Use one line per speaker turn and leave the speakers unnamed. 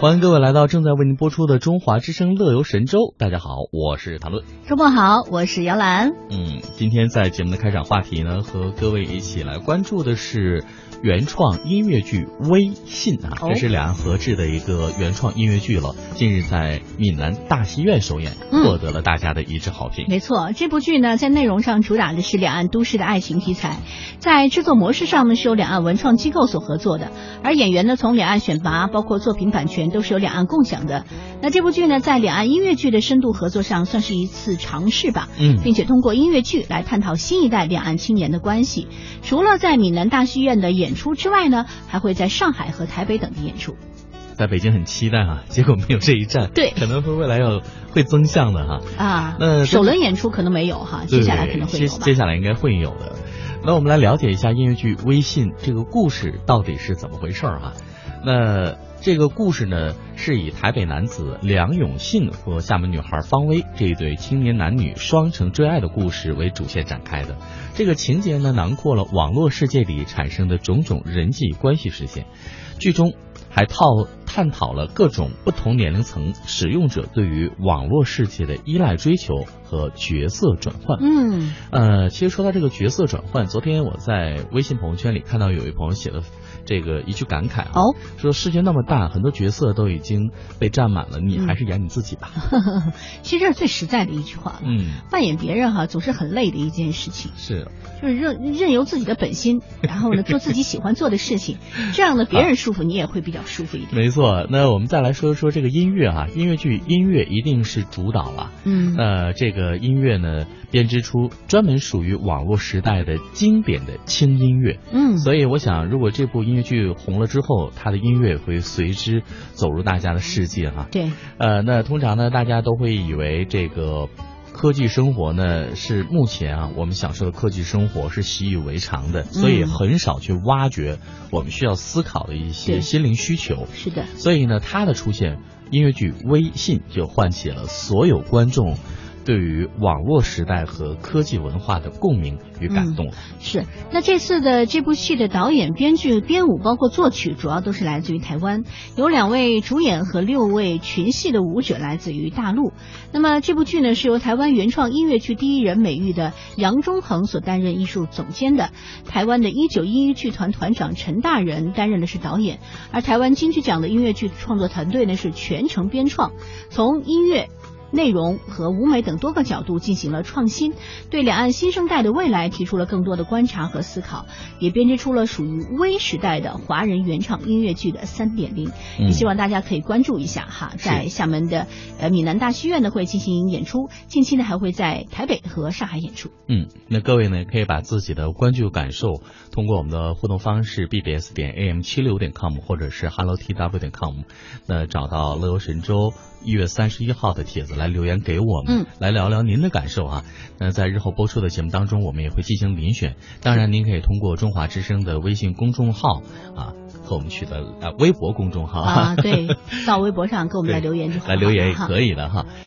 欢迎各位来到正在为您播出的《中华之声·乐游神州》。大家好，我是谭论。
周末好，我是姚兰。
嗯，今天在节目的开场话题呢，和各位一起来关注的是原创音乐剧《微信》啊，
哦
这是两岸合制的一个原创音乐剧了。近日在闽南大戏院首演，
嗯
获得了大家的一致好评。
没错，这部剧呢，在内容上主打的是两岸都市的爱情题材，在制作模式上呢是由两岸文创机构所合作的，而演员呢从两岸选拔，包括作品版权都是由两岸共享的。那这部剧呢，在两岸音乐剧的深度合作上，算是一次尝试吧。
嗯，
并且通过音乐剧来探讨新一代两岸青年的关系。除了在闽南大剧院的演出之外呢，还会在上海和台北等地演出。
在北京很期待啊，结果没有这一站，
对
可能会未来要会增项的哈、
啊，
那
首轮演出可能没有哈，接下来可能会
接
有吧
接。下来应该会有的。那我们来了解一下音乐剧《微信》这个故事到底是怎么回事儿、啊、哈。那这个故事呢，是以台北男子梁永信和厦门女孩方薇这一对青年男女双城追爱的故事为主线展开的。这个情节呢，囊括了网络世界里产生的种种人际关系事件。剧中还套探讨了各种不同年龄层使用者对于网络世界的依赖、追求和角色转换。
嗯，
呃，其实说到这个角色转换，昨天我在微信朋友圈里看到有一朋友写的这个一句感慨啊，
哦，
说世界那么大，很多角色都已经被占满了，你
嗯
还是演你自己 吧。
其实这是最实在的一句话了。
嗯，
扮演别人哈、总是很累的一件事情，
是，
就是任任由自己的本心，然 后呢做自己喜欢做的事情，这样呢别人舒服你也会比较舒服一点。
没错。那我们再来说一说这个音乐啊，音乐剧音乐一定是主导了。
嗯，
呃，这个音乐呢，编织出专门属于网络时代的经典的轻音乐。
嗯，
所以我想，如果这部音乐剧红了之后，它的音乐会随之走入大家的世界哈、
对，
呃，那通常呢，大家都会以为这个科技生活呢是目前啊我们享受的科技生活是习以为常的，所以
嗯
很少去挖掘我们需要思考的一些
对
心灵需求。
是的，
所以呢，它的出现，音乐剧《微信》就唤起了所有观众对于网络时代和科技文化的共鸣与
嗯
感动。
是，那这次的这部戏的导演、编剧、编舞，包括作曲，主要都是来自于台湾，有两位主演和六位群戏的舞者来自于大陆。那么这部剧呢，是由台湾原创音乐剧第一人美誉的杨忠恒所担任艺术总监的，台湾的一九一一剧团团长陈大人担任的是导演，而台湾金曲奖的音乐剧创作团队呢是全程编创，从音乐。内容和舞美等多个角度进行了创新，对两岸新生代的未来提出了更多的观察和思考，也编织出了属于微时代的华人原唱音乐剧的三点零。
嗯
也希望大家可以关注一下哈，在厦门的呃闽南大戏院呢会进行演出，近期呢还会在台北和上海演出。
嗯，那各位呢，可以把自己的关注感受通过我们的互动方式 bbs 点 am 七六点 com 或者是 hello tw 点 com，那找到乐游神州一月三十一号的帖子来留言给我们，
嗯
来聊聊您的感受啊。那在日后播出的节目当中，我们也会进行遴选。当然，您可以通过中华之声的微信公众号啊和我们取得啊微博公众号
啊，对，到微博上给我们来留言就好 了
来留言也
哈
可以的哈。